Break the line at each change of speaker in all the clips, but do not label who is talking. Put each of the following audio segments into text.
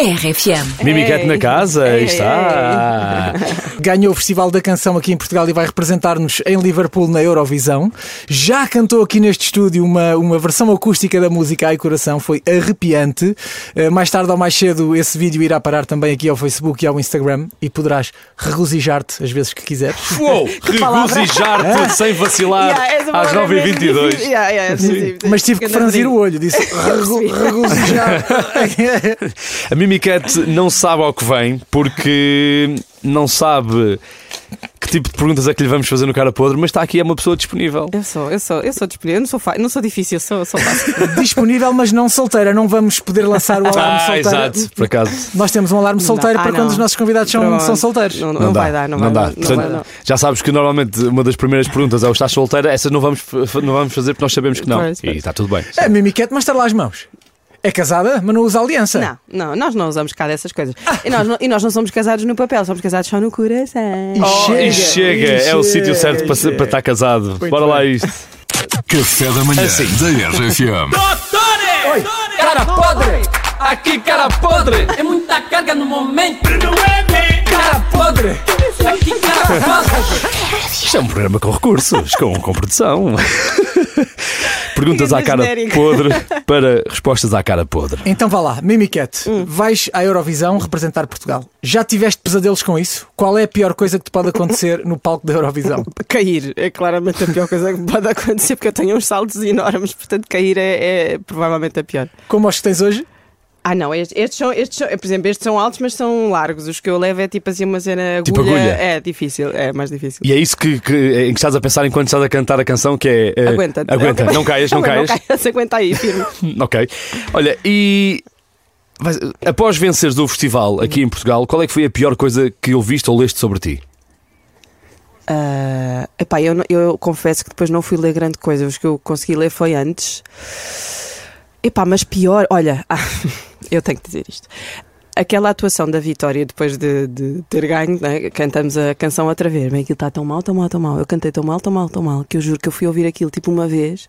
RFM.
Mimi Cat
É,
na casa, aí
Ei.
está.
é.
Ganhou o Festival da Canção aqui em Portugal e vai representar-nos em Liverpool na Eurovisão. Já cantou aqui neste estúdio uma, uma versão acústica da música Ai Coração, foi arrepiante. Eh, Mais tarde ou mais cedo esse vídeo irá parar também aqui ao Facebook e ao Instagram e poderás regozijar-te às vezes que quiseres.
Uou,
palavra.
regozijar-te sem vacilar
Yeah, essa
às
palavra é
9h22.
mesmo- Yeah, yeah, sim, sim, sim.
Mas tive que
Ganda
franzir o
brinco.
olho, disse "Rego- regozijar.
A Mimi Cat não sabe ao que vem porque não sabe que tipo de perguntas é que lhe vamos fazer no Cara Podre, mas está aqui, é uma pessoa disponível.
Eu sou, eu sou, eu sou disponível, eu não sou, fa- não sou difícil, eu sou, sou fácil.
Disponível, mas não solteira. Não vamos poder lançar o alarme
Ah,
solteira.
exato, por acaso.
Nós temos um alarme
Não
solteiro
dá.
para
Ah,
quando
não.
os nossos convidados são,
Pronto.
são solteiros.
Não, não, não vai dar, não, vai, não, não
Portanto,
vai dar.
Já sabes que normalmente uma das primeiras perguntas é o estás solteira, essa não vamos, fa- não vamos fazer porque nós sabemos que não.
Pois, pois.
E está tudo bem.
A É, Mimiquete mostra lá as mãos. É casada, mas não usa aliança.
Não, não, nós não usamos cá dessas coisas. E nós, não, e nós não somos casados no papel, somos casados só no coração.
Oh, e
Chega,
chega, é o
e
sítio certo para, se-
chega.
para estar casado. Bora lá a isto.
Café da manhã da RFM.
Oi, cara podre! Aqui, cara podre! É muita carga no momento! Cara podre! Aqui, cara podre!
Isto é um programa com recursos, com, com produção. Perguntas à
Fica
cara
genérico.
podre para respostas à cara podre.
Então vá lá, Mimiquete,
Hum.
vais à Eurovisão representar Portugal. Já tiveste pesadelos com isso? Qual é a pior coisa que te pode acontecer no palco da Eurovisão?
Cair é claramente a pior coisa que pode acontecer porque eu tenho uns saltos enormes, portanto, cair é, é provavelmente a pior.
Como os que tens hoje?
Ah, não, estes, estes são, estes são, por exemplo, estes são altos, mas são largos. Os que eu levo é tipo assim uma cena agulha.
Tipo agulha.
É difícil, é mais difícil.
E é isso que, que- em que estás a pensar enquanto estás a cantar a canção, que é... eh,
Aguenta,
Aguenta, não caias, não caias.
Não caias, aguenta aí, firme.
Ok. Olha, e... vais- Após venceres o festival aqui em Portugal, qual é que foi a pior coisa que ouviste ou leste sobre ti?
Ah, epá, eu, não- eu confesso que depois não fui ler grande coisa. Os que eu consegui ler foi antes. Epá, mas pior, olha, ah, eu tenho que dizer isto. Aquela atuação da Vitória depois de, de ter ganho, né, cantamos a canção outra vez. Mas aquilo está tão mal, tão mal, tão mal. Eu cantei tão mal, tão mal, tão mal, que eu juro que eu fui ouvir aquilo tipo uma vez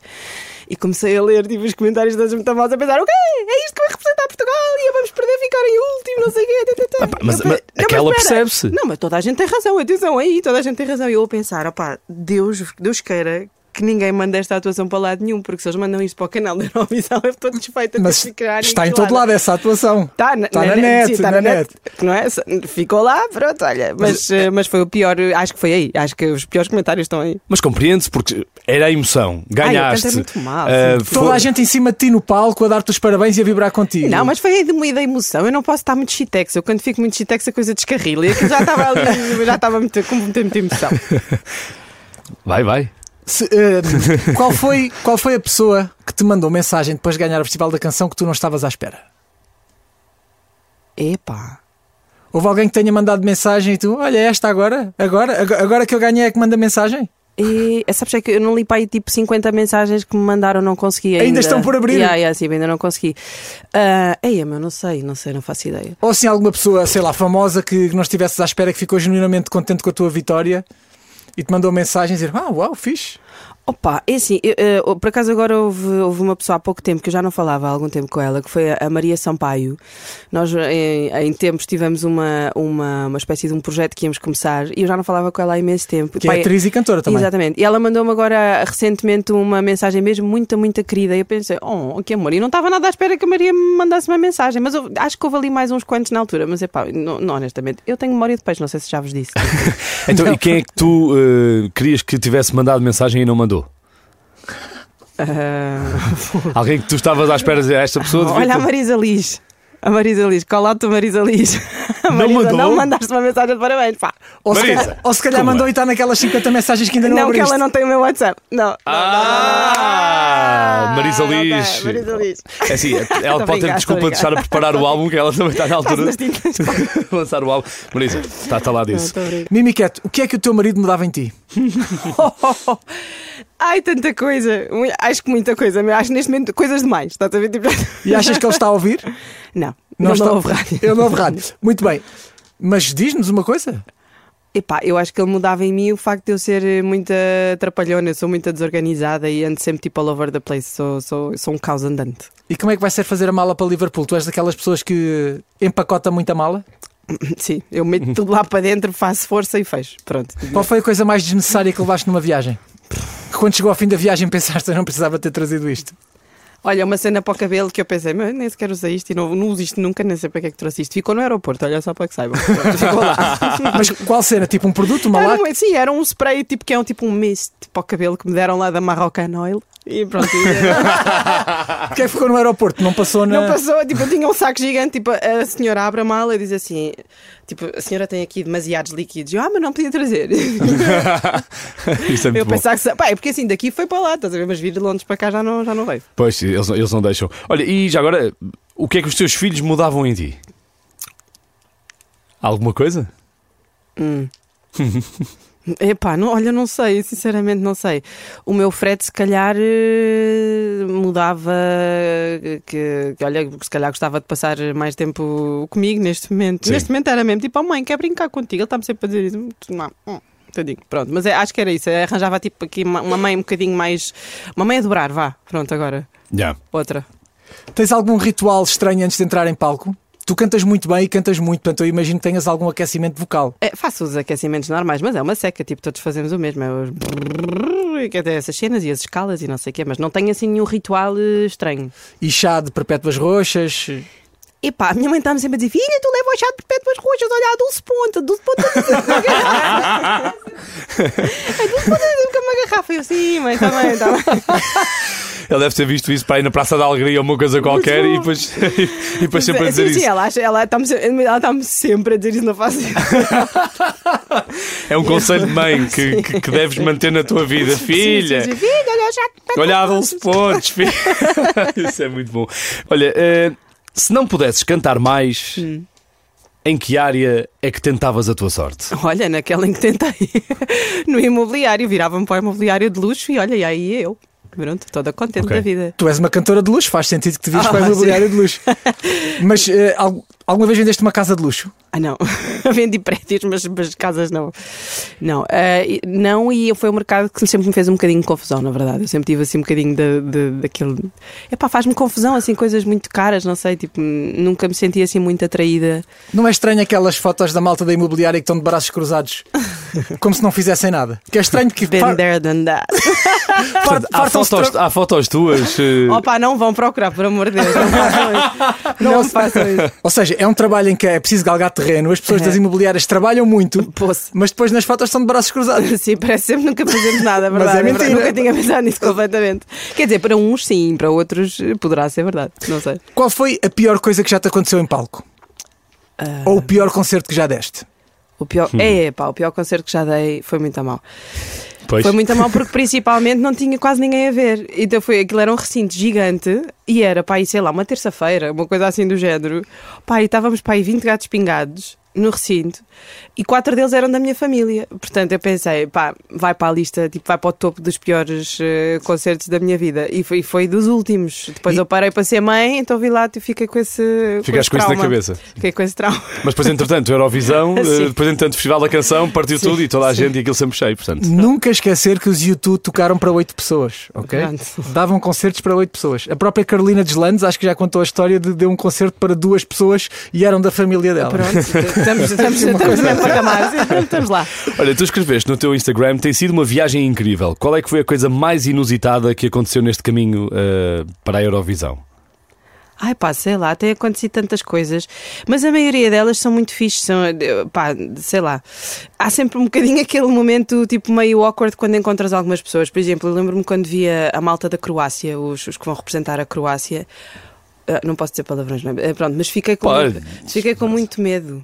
e comecei a ler tipo, os comentários das muito a pensar: o quê? É isto que vai representar Portugal e vamos perder, ficar em último, não sei o quê. tã, tã, tã."
Ah, pá, mas-
Eu pe-
mas
Não,
aquela
espera.
percebe-se.
Não, mas toda a gente tem razão, atenção é aí, toda a gente tem razão. E eu a pensar, opá, Deus, Deus queira que ninguém mande esta atuação para lado nenhum, porque se eles mandam isto para o canal da Eurovisão, eu estou desfeita
Mas
de ficar
está em todo lado essa atuação.
Está Tá na,
Está na net,
sim, está
na
na, net. Não é? Ficou lá, pronto, olha. Mas, eh, mas foi o pior, acho que foi aí. Acho que os piores comentários estão aí.
Mas compreende-se, porque era a emoção.
eu cantei
Ganhaste.
muito mal,
Ah,
sim.
foi-
Toda a gente em cima de ti no palco a dar-te os parabéns e a vibrar contigo.
Não, mas foi de uma da emoção. Eu não posso estar muito chitex. Eu quando fico muito chitex a coisa descarrila. E aquilo já estava ali, já estava muito, com muita, muita emoção.
Vai, vai.
Se, eh, qual, foi, qual foi a pessoa que te mandou mensagem depois de ganhar o Festival da Canção que tu não estavas à espera?
Epá.
Houve alguém que tenha mandado mensagem e tu, olha, é esta agora, agora, agora, agora que eu ganhei é que manda mensagem?
E, é, sabes é que eu não li para aí tipo 50 mensagens que me mandaram, não consegui ainda.
Ainda estão por abrir?
Yeah, yeah, sim, ainda não consegui. Ah, ei, meu, não sei, não sei, não faço ideia.
Ou assim alguma pessoa, sei lá, famosa que não estivesses à espera que ficou genuinamente contente com a tua vitória e te mandou mensagem a dizer, ah, uau, fixe.
Opa, é assim, eu, eh, por acaso agora houve, houve uma pessoa há pouco tempo que eu já não falava há algum tempo com ela, que foi a, a Maria Sampaio. Nós em, em tempos tivemos uma, uma, uma espécie de um projeto que íamos começar e eu já não falava com ela há imenso tempo.
Que é
Pai,
atriz e cantora também.
Exatamente. E ela mandou-me agora recentemente uma mensagem mesmo muito, muito querida. E eu pensei, oh, que amor. E não estava nada à espera que a Maria me mandasse uma mensagem. Mas eu- acho que houve ali mais uns quantos na altura. Mas é pá, não, não, honestamente, eu tenho memória de peixe, não sei se já vos disse.
Então, e quem é que tu eh, querias que tivesse mandado mensagem e não mandou?
Ah,
Alguém que tu estavas à espera de dizer, "Ah, esta pessoa devia
olha a
ter-
Marisa Liz. A Marisa Liz, cola out to Marisa Liz. A
Não
Marisa,
mandou?
não mandaste uma mensagem de parabéns, pá.
Ou se,
Marisa,
calhar, ou se calhar
como
mandou
é?
e está naquelas 50 mensagens que ainda não,
Não, que
abriste.
ela não tem o meu WhatsApp. Não. não,
Ah,
não, não, não.
Marisa
Não tem,
Liz.
Marisa Liz.
É assim, ela
Tô
pode ter
brincando,
desculpa
tô
de estar a preparar o álbum, que ela também está na
Passo
altura
nas
de
tintas.
lançar o álbum. Marisa, está, está lá disso.
Estou a brincar.
Mimiquete, o que é que o teu marido mudava em ti?
Ai, tanta coisa. Mui- Acho que muita coisa. mas Acho neste momento coisas demais. Estás a ver? Tipo...
E achas tá- que ele está a ouvir?
Não,
Não
não,
está-
não ouve rádio.
Ele não ouve rádio. Muito bem. Mas diz-nos uma coisa.
Epá, eu acho que ele mudava em mim o facto de eu ser eh, muito eh, atrapalhona, sou muito desorganizada e ando sempre tipo all over the place, sou, sou, sou um caos andante.
E como é que vai ser fazer a mala para Liverpool? Tu és daquelas pessoas que empacota muita mala?
Sim, eu meto tudo lá para dentro, faço força e fecho. Pronto.
Qual foi a coisa mais desnecessária que levaste numa viagem? Que Quando chegou ao fim da viagem pensaste eu não precisava ter trazido isto.
Olha, uma cena para o cabelo que eu pensei, mas nem sequer usei isto e não, não uso isto nunca, nem sei para que é que trouxe isto. Ficou no aeroporto, olha só para que saibam. Ficou lá.
Mas qual cena? Tipo um produto, uma
Era
lata?
um, sim, era um spray tipo que é um tipo um mist para o cabelo que me deram lá da Marrocan Oil. E pronto, e,
Porque é que ficou no aeroporto? Não passou na...
não passou, tipo, eu tinha um saco gigante, tipo, a senhora abre a mala e diz assim, tipo, a senhora tem aqui demasiados líquidos. Eu, ah, mas não podia trazer.
Isso é muito
eu
bom.
pensava que, se- pá, é porque assim, daqui foi para lá, estás a ver, mas vir de Londres para cá já não, já não veio.
Pois, eles, eles não deixam. Olha, e já agora, o que é que os teus filhos mudavam em ti? Alguma coisa?
Epá, não, olha, não sei, sinceramente não sei. O meu frete, se calhar, eh, mudava. eh, Que, que, olha, se calhar gostava de passar mais tempo comigo neste momento.
Sim.
Neste momento era mesmo tipo, oh, mãe, quer brincar contigo? Ele está-me sempre a dizer isso. Tu Não, hum, tadinho. Pronto, mas é, acho que era isso. Eu Arranjava tipo aqui uma, uma mãe um bocadinho mais. Uma mãe a dobrar, vá. Pronto, agora.
Já.
Outra.
Tens algum ritual estranho antes de entrar em palco? Tu cantas muito bem e cantas muito, portanto eu imagino que tenhas algum aquecimento vocal.
É, faço os aquecimentos normais, mas é uma seca, tipo, todos fazemos o mesmo. É os brrrr, que até essas cenas e as escalas e não sei o quê, mas não tenho assim nenhum ritual eh, estranho.
E chá de perpétuas roxas.
Epá, a minha mãe estava sempre a dizer: Filha, tu leva o chá de perpétuas roxas, olha, há 12 pontas, 12 pontas. É 12 É, pontas com uma garrafa. Eu, sim, mãe, está bem, está bem.
Ele deve ter visto isso para ir na Praça da Alegria ou uma coisa qualquer e depois, e depois sempre a dizer
é sim, sim,
isso.
ela acha- ela está-me se- ela está-me sempre a dizer isso, não faço
É um conselho de mãe que, que, que deves manter na tua vida. Filha,
Sim, sim, sim. Filha, olha o chá de perpétuas
olha há
roxas."
12 pontos, filha. Isso é muito bom. Olha, eh, se não pudesses cantar mais,
Hum.
em que área é que tentavas a tua sorte?
Olha, naquela em que tentei no imobiliário, virava-me para o imobiliário de luxo e olha, e aí eu. Pronto, toda contente
Ok.
da vida.
Tu és uma cantora de luxo, faz sentido que te vires
Ah,
para a
sim.
imobiliária de luxo. Mas eh, al- alguma vez vendeste uma casa de luxo?
Ah, não. Vendi prédios, mas, mas casas não. Não, ah, e- não, e foi um mercado que sempre me fez um bocadinho de confusão, na verdade. Eu sempre tive assim um bocadinho de, de, daquele. Epá, faz-me confusão, assim, coisas muito caras, não sei, tipo, nunca me senti assim muito atraída.
Não é estranho aquelas fotos da malta da imobiliária que estão de braços cruzados, como se não fizessem nada? Que é estranho que
Been
par-
there than that.
par-
Há
partam-se
fotos, há fotos tuas. eh,
Opa, não vão procurar, por amor de Deus, não façam isso. Não, façam isso.
Ou seja, é um trabalho em que é preciso galgar terreno, as pessoas
É.
das imobiliárias trabalham muito,
Poça.
mas depois nas fotos estão de braços cruzados.
Sim, parece sempre que nunca fazemos nada, é
Mas
verdade.
é
verdade.
mentira.
Nunca tinha pensado nisso completamente. Quer dizer, para uns sim, para outros eh, poderá ser verdade. Não sei.
Qual foi a pior coisa que já te aconteceu em palco?
Ah.
Ou o pior concerto que já deste?
O pior,
Hum.
é, pá, o pior concerto que já dei foi muito a mal.
pois.
Foi muito a mal porque principalmente não tinha quase ninguém a ver. Então foi, aquilo era um recinto gigante e era, pá, aí, sei lá, uma terça-feira, uma coisa assim do género. Pá, e estávamos, pá, aí 20 gatos pingados no recinto e quatro deles eram da minha família. Portanto, eu pensei, pá, vai para a lista, tipo, vai para o topo dos piores eh, concertos da minha vida. E foi, foi dos últimos. Depois
E-
eu parei para ser mãe, então vi lá e fiquei com esse.
Ficaste
esse
com isso na
trauma.
cabeça.
Fiquei com esse trauma.
Mas depois, entretanto, Eurovisão, eh,
Sim.
depois, entretanto, Festival da Canção, partiu tudo e toda a gente e aquilo sempre cheio, portanto.
Nunca esquecer que os YouTube tocaram para oito pessoas, ok?
Pronto.
Davam concertos para oito pessoas. A própria Carolina Deslandes, acho que já contou a história de deu um concerto para duas pessoas e eram da família dela.
Pronto, estamos, estamos, estamos no
assim.
mesmo patamar, Sim, estamos lá.
Olha, tu escreveste no teu Instagram, tem sido uma viagem incrível. Qual é que foi a coisa mais inusitada que aconteceu neste caminho eh, para a Eurovisão?
Ai pá, sei lá, tem acontecido tantas coisas, mas a maioria delas são muito fixes, são, eh, pá, sei lá. Há sempre um bocadinho aquele momento tipo meio awkward quando encontras algumas pessoas. Por exemplo, eu lembro-me quando via a malta da Croácia, os, os que vão representar a Croácia. Ah, não posso dizer palavrões, não é? Eh, Pronto, mas fiquei com,
Pode.
muito- fiquei com muito medo.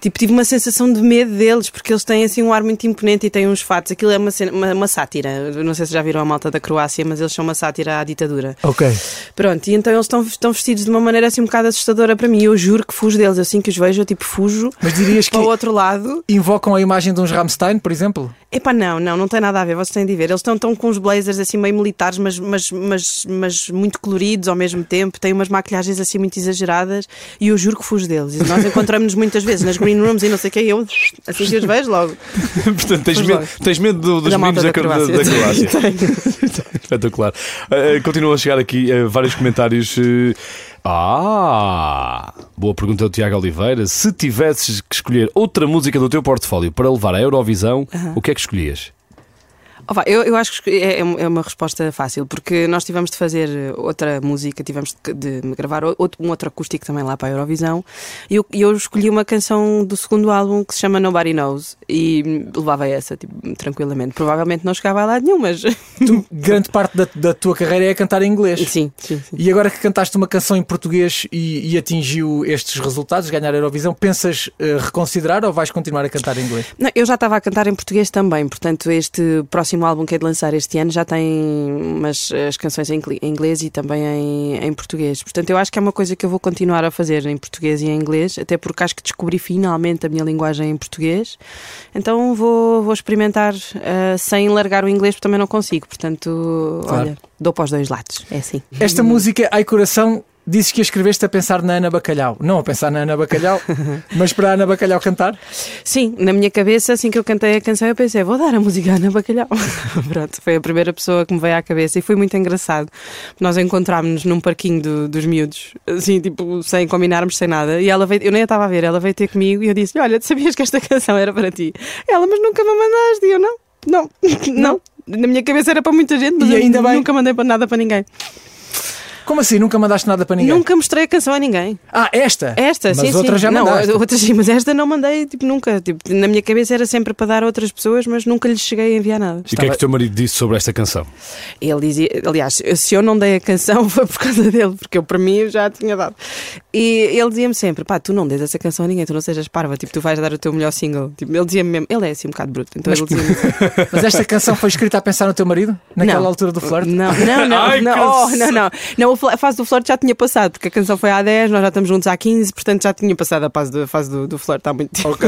Tipo, tive uma sensação de medo deles, porque eles têm assim um ar muito imponente e têm uns fatos. Aquilo é uma, cena- uma, uma sátira. Não sei se já viram a malta da Croácia, mas eles são uma sátira à ditadura.
Ok.
Pronto, e então eles estão, estão vestidos de uma maneira assim um bocado assustadora para mim. Eu juro que fujo deles. Assim que os vejo, eu tipo fujo
Mas dirias que
para o outro lado.
invocam a imagem de uns Rammstein, por exemplo?
Epá, não, não, não tem nada a ver, vocês têm de ver. Eles estão tão com os blazers assim meio militares, mas, mas, mas, mas muito coloridos ao mesmo tempo, têm umas maquilhagens assim muito exageradas e eu juro que fujo deles. E nós encontramos-nos muitas vezes nas green rooms e não sei o que, eu assim que os vejo logo.
Portanto, tens
Pois
medo,
logo.
tens medo do- dos
Da
meninos
malta
da,
da
da- da
Croácia.
Croácia. Espetacular. Uh, continuam a chegar aqui uh, vários comentários. uh, ah, boa pergunta do Tiago Oliveira. Se tivesses que escolher outra música do teu portfólio para levar à Eurovisão, o que é que escolhias?
Ó vá, eu, eu acho que é, é uma- é uma resposta fácil, porque nós tivemos de fazer eh, outra música, tivemos de, de gravar o- outro- um outro acústico também lá para a Eurovisão, e eu, e eu escolhi uma canção do segundo álbum que se chama Nobody Knows, e hum, levava essa tipo, tranquilamente. Provavelmente não chegava a lado nenhum, mas.
Tu, grande parte da, da tua carreira é cantar em inglês.
sim, sim, sim.
E agora que cantaste uma canção em português e, e atingiu estes resultados, ganhar a Eurovisão, pensas eh, reconsiderar ou vais continuar a cantar em inglês?
Não, eu já estava a cantar em português também, portanto, este próximo álbum que é de lançar este ano já tem umas eh, as canções em ingli- em inglês e também em, em português. Portanto, eu acho que é uma coisa que eu vou continuar a fazer em português e em inglês, até porque acho que descobri finalmente a minha linguagem em português. Então vou, vou experimentar ah, sem largar o inglês, porque também não consigo. Portanto,
Claro.
olha, dou para os dois lados. É assim.
Esta música, Ai Coração, dizes que a escreveste a pensar na Ana Bacalhau. Não a pensar na Ana Bacalhau, mas para a Ana Bacalhau cantar.
Sim, na minha cabeça, assim que eu cantei a canção, eu pensei, vou dar a música à Ana Bacalhau. Pronto, foi a primeira pessoa que me veio à cabeça e foi muito engraçado. Nós encontrámos-nos num parquinho do- dos miúdos, assim, tipo, sem combinarmos, sem nada. E ela veio, eu nem a estava a ver, ela veio ter comigo e eu disse-lhe: Olha, tu sabias que esta canção era para ti? Ela, mas nunca me mandaste. E eu, não, não, não. Na minha cabeça era para muita gente, mas
E
eu
ainda bem.
nunca mandei para nada para ninguém.
Como assim? Nunca mandaste nada para ninguém?
Nunca mostrei a canção a ninguém.
Ah, esta?
Esta,
mas
sim,
outra
sim.
já
não,
mandaste.
outras sim, mas esta não mandei tipo, nunca. Tipo, na minha cabeça era sempre para dar a outras pessoas, mas nunca lhes cheguei a enviar nada.
E o que é que o teu marido disse sobre esta canção?
Ele dizia, aliás, se eu não dei a canção foi por causa dele, porque eu para mim eu já a tinha dado. E ele dizia-me sempre: pá, tu não dês essa canção a ninguém, tu não sejas parva, tipo, tu vais dar o teu melhor single. Tipo, ele dizia-me mesmo, ele é assim um bocado bruto, então ele dizia-me
Mas esta canção foi escrita a pensar no teu marido? Naquela
Não.
altura do flerte?
assim, Não, não, não,
Ai,
não,
que
oh,
se-
não, não. Não, a fla- a fase do flerte já tinha passado, porque a canção foi há 10, nós já estamos juntos há 15, portanto já tinha passado a fase do, a fase do, do flerte há muito tempo.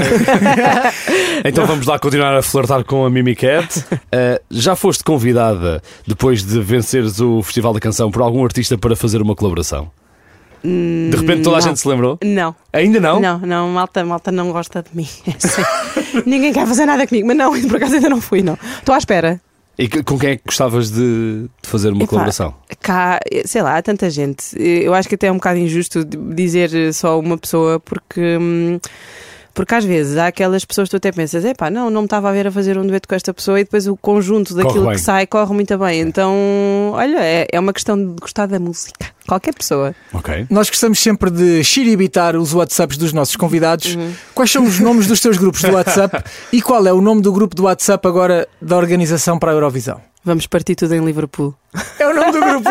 Então vamos lá continuar a flertar com a Mimi Cat. Uh, já foste convidada, depois de venceres o Festival da Canção, por algum artista para fazer uma colaboração? De repente toda a
Hum, não.
gente se lembrou?
Não.
Ainda não?
Não, não, malta, malta não gosta de mim. É assim. Ninguém quer fazer nada comigo, mas não, por acaso ainda não fui, não. Estou à espera.
E que- com quem é que gostavas de, de fazer uma
Epá.
colaboração?
Cá, eh, sei lá, há tanta gente. Eh, Eu acho que até é um bocado injusto de- dizer eh, só uma pessoa, porque. hum, porque às vezes há aquelas pessoas que tu até pensas, epá, não, não me estava a ver a fazer um dueto com esta pessoa e depois o conjunto daquilo
bem.
que sai corre muito bem. Então, olha, é, é uma questão de gostar da música. Qualquer pessoa.
Ok.
Nós gostamos sempre de xiribitar os WhatsApps dos nossos convidados.
Uhum.
Quais são os nomes dos teus grupos do WhatsApp e qual é o nome do grupo do WhatsApp agora da organização para a Eurovisão?
Vamos partir tudo em Liverpool.
É o nome do grupo?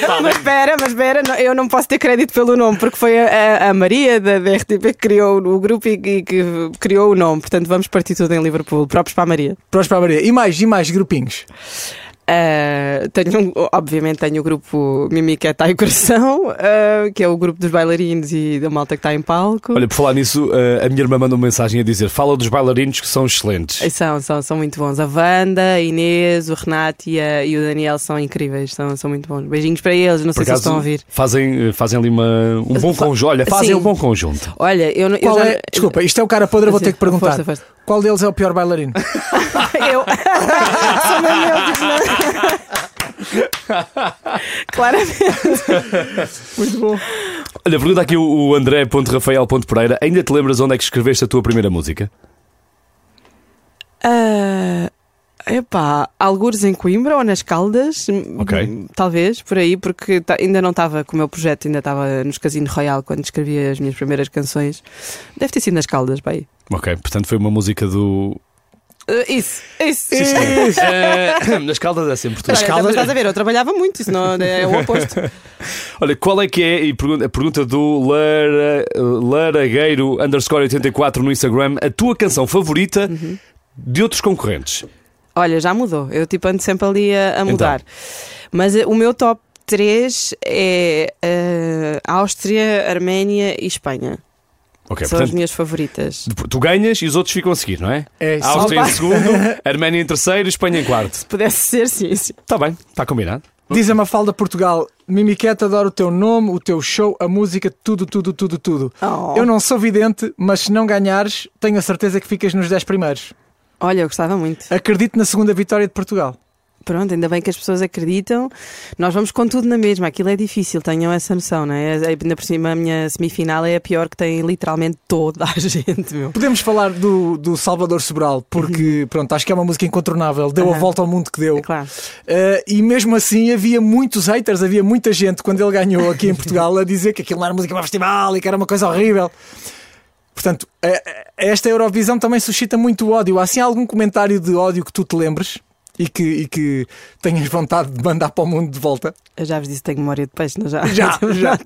Tá
Mas espera, mas espera, não- eu não posso ter crédito pelo nome, porque foi a, a- a Maria da, da RTP que criou o grupo e, que- que criou o nome. Portanto, vamos partir tudo em Liverpool, próprios para a Maria.
Próximo para a Maria. E mais, e mais grupinhos.
Ah, tenho, um- obviamente, tenho o grupo Mimiqueta e Coração, ah, que é o grupo dos bailarinos e da malta que está em palco.
Olha, por falar nisso, uh, a minha irmã mandou uma mensagem a dizer: fala dos bailarinos que são excelentes.
São, são, são muito bons. A Wanda, a Inês, o Renato e, a- e o Daniel são incríveis, são, são muito bons. Beijinhos para eles, não sei se eles estão a ouvir.
fazem, eh, fazem ali uma, um bom
Fa-
conjunto. Olha, fazem
Sim.
um bom conjunto.
Olha, eu, não- eu
Qual
já-
é... Desculpa, isto é o cara podre, eu vou ter que perguntar.
Força, força.
Qual deles é o pior bailarino?
Eu. Sou mesmo eu, tipo, não- né? Claramente.
Olha, pergunta aqui o, o André.Rafael.Pereira: ainda te lembras onde é que escreveste a tua primeira música?
Ah, epá, algures em Coimbra ou nas Caldas, m-
Ok.
m- talvez, por aí, porque ta- ainda não estava com o meu projeto, ainda estava nos Casino Royal quando escrevi as minhas primeiras canções. Deve ter sido nas Caldas, pai.
Ok, portanto foi uma música do.
isso, isso.
Eh, nas caldas é sempre tudo.
Olha, então, mas estás a ver, eu trabalhava muito, isso não é o oposto.
Olha, qual é que é e pergunta- a pergunta do Lara- Laragueiro underscore 84 no Instagram, a tua canção favorita
Uhum.
de outros concorrentes?
Olha, já mudou. Eu tipo ando sempre ali a, a mudar. Mas eh, o meu top 3 é eh, Áustria, Arménia e Espanha.
Ok,
São as
portanto,
minhas favoritas.
tu ganhas e os outros ficam a seguir, não é?
É,
A Áustria em
Opa.
segundo, Arménia em terceiro e Espanha em quarto.
Se pudesse ser, sim. sim.
Está bem, está combinado.
Diz a Mafalda Portugal, Mimiquete, adoro o teu nome, o teu show, a música, tudo, tudo, tudo, tudo.
Oh.
Eu não sou vidente, mas se não ganhares, tenho a certeza que ficas nos 10 primeiros.
Olha, eu gostava muito.
Acredito na segunda vitória de Portugal.
Pronto, ainda bem que as pessoas acreditam. Nós vamos com tudo na mesma. Aquilo é difícil, tenham essa noção, não é? Ainda por cima, a minha semifinal é a pior que tem literalmente toda a gente, meu.
Podemos falar do, do Salvador Sobral, porque pronto, acho que é uma música incontornável, deu a
Aham.
volta ao mundo que deu.
Uhum. É claro.
Eh, e mesmo assim havia muitos haters, havia muita gente quando ele ganhou aqui em Portugal a dizer que aquilo não era música para festival e que era uma coisa horrível. Portanto, eh, eh, esta Eurovisão também suscita muito ódio. Há assim algum comentário de ódio que tu te lembres e que, e que tenhas vontade de mandar para o mundo de volta?
Eu já vos disse que tenho memória de peixe, não já?
Já, já.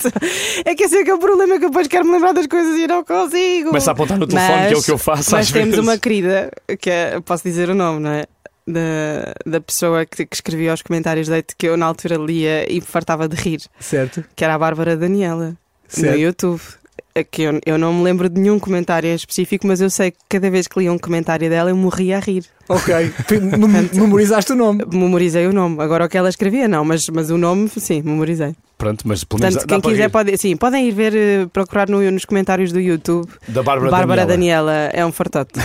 É que esse é que é o problema que eu depois quero me lembrar das coisas e não consigo.
Começa a apontar no telefone, que é o que eu faço
Mas
às
temos
vezes.
uma querida, que é, posso dizer o nome, não é? Da, da pessoa que, que escrevia os comentários date que eu na altura lia e me fartava de rir,
Certo.
que era a Bárbara Daniela,
Certo.
no YouTube. É Que eu, eu não me lembro de nenhum comentário em específico, mas eu sei que cada vez que lia um comentário dela eu morria a rir.
Ok. Tu mem- Memorizaste o nome.
Memorizei o nome. Agora o que ela escrevia, não, mas, mas o nome, sim, memorizei.
Pronto, mas pelo menos dá
Portanto, quem
para
quiser
rir.
pode, sim, podem ir ver, eh, procurar no- nos comentários do YouTube.
Da Bárbara,
Bárbara
Daniela.
Daniela. é um fartote.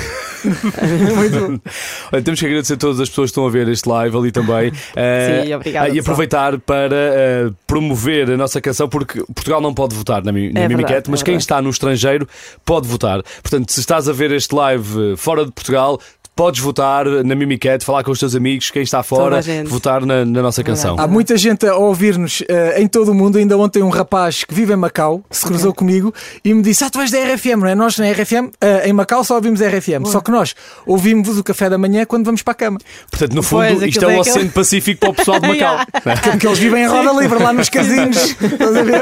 Olha, temos que agradecer a todas as pessoas que estão a ver este live ali também. Eh,
Sim, obrigada,
eh, E
pessoal.
aproveitar para eh, promover a nossa canção, porque Portugal não pode votar na, mi- na
É
Mimiquete,
verdade,
mas
é
quem
verdade.
está no estrangeiro pode votar. Portanto, se estás a ver este live eh, fora de Portugal. Podes votar na Mimiquete, falar com os teus amigos, quem está
Toda
fora,
a gente. Ah,
votar na, na nossa canção.
Há muita gente a ouvir-nos eh, em todo o mundo. Ainda ontem um rapaz que vive em Macau se cruzou comigo e me disse: Ah, tu és da RFM, não é? Nós na RFM, eh, em Macau só ouvimos a RFM. Só que nós ouvimos o café da manhã quando vamos para a cama.
Portanto, no fundo,
Pois,
isto é o
aquilo é aquele-
Oceano Pacífico para o pessoal de Macau.
Porque eles vivem em roda livre lá nos casinos. Estás a ver?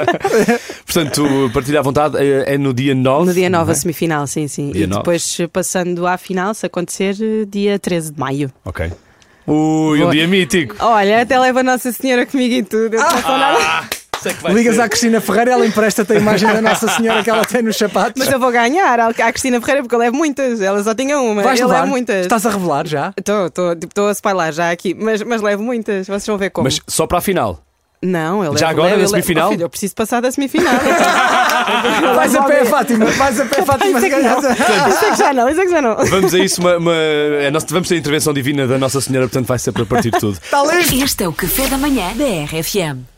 Portanto, partilha à vontade, eh, é no dia 9.
No dia 9, a semifinal, sim, sim.
Dia
e
nove.
depois, eh, passando à final, se acontecer, eh, dia 13 de maio.
Ok. Ui, um
Boa.
dia mítico.
Olha, até leva a Nossa Senhora comigo e tudo.
Ah!
Eu não sou nada.
Ligas à Cristina Ferreira, ela empresta-te a imagem da Nossa Senhora que ela tem nos sapatos.
Mas eu vou ganhar à à Cristina Ferreira porque eu levo muitas. Ela só tinha uma.
Vais
eu
levar?
levo muitas.
Estás a revelar já?
Estou a spoiler já aqui, mas, mas levo muitas. Vocês vão ver como.
Mas só para a final.
Não, eu levo.
Já agora,
levo,
na
eu levo-
semifinal?
Oh, filho, eu preciso passar da semifinal. Ah,
Vais a pé, Fátima. Vais a pé, Fátima.
Isso é que não. Isso é que já não, isso é que já não.
Vamos a isso, uma, uma- a nossa- vamos ter a intervenção divina da Nossa Senhora, portanto vai ser para partir tudo.
Está livre.
Este é o café da manhã da RFM.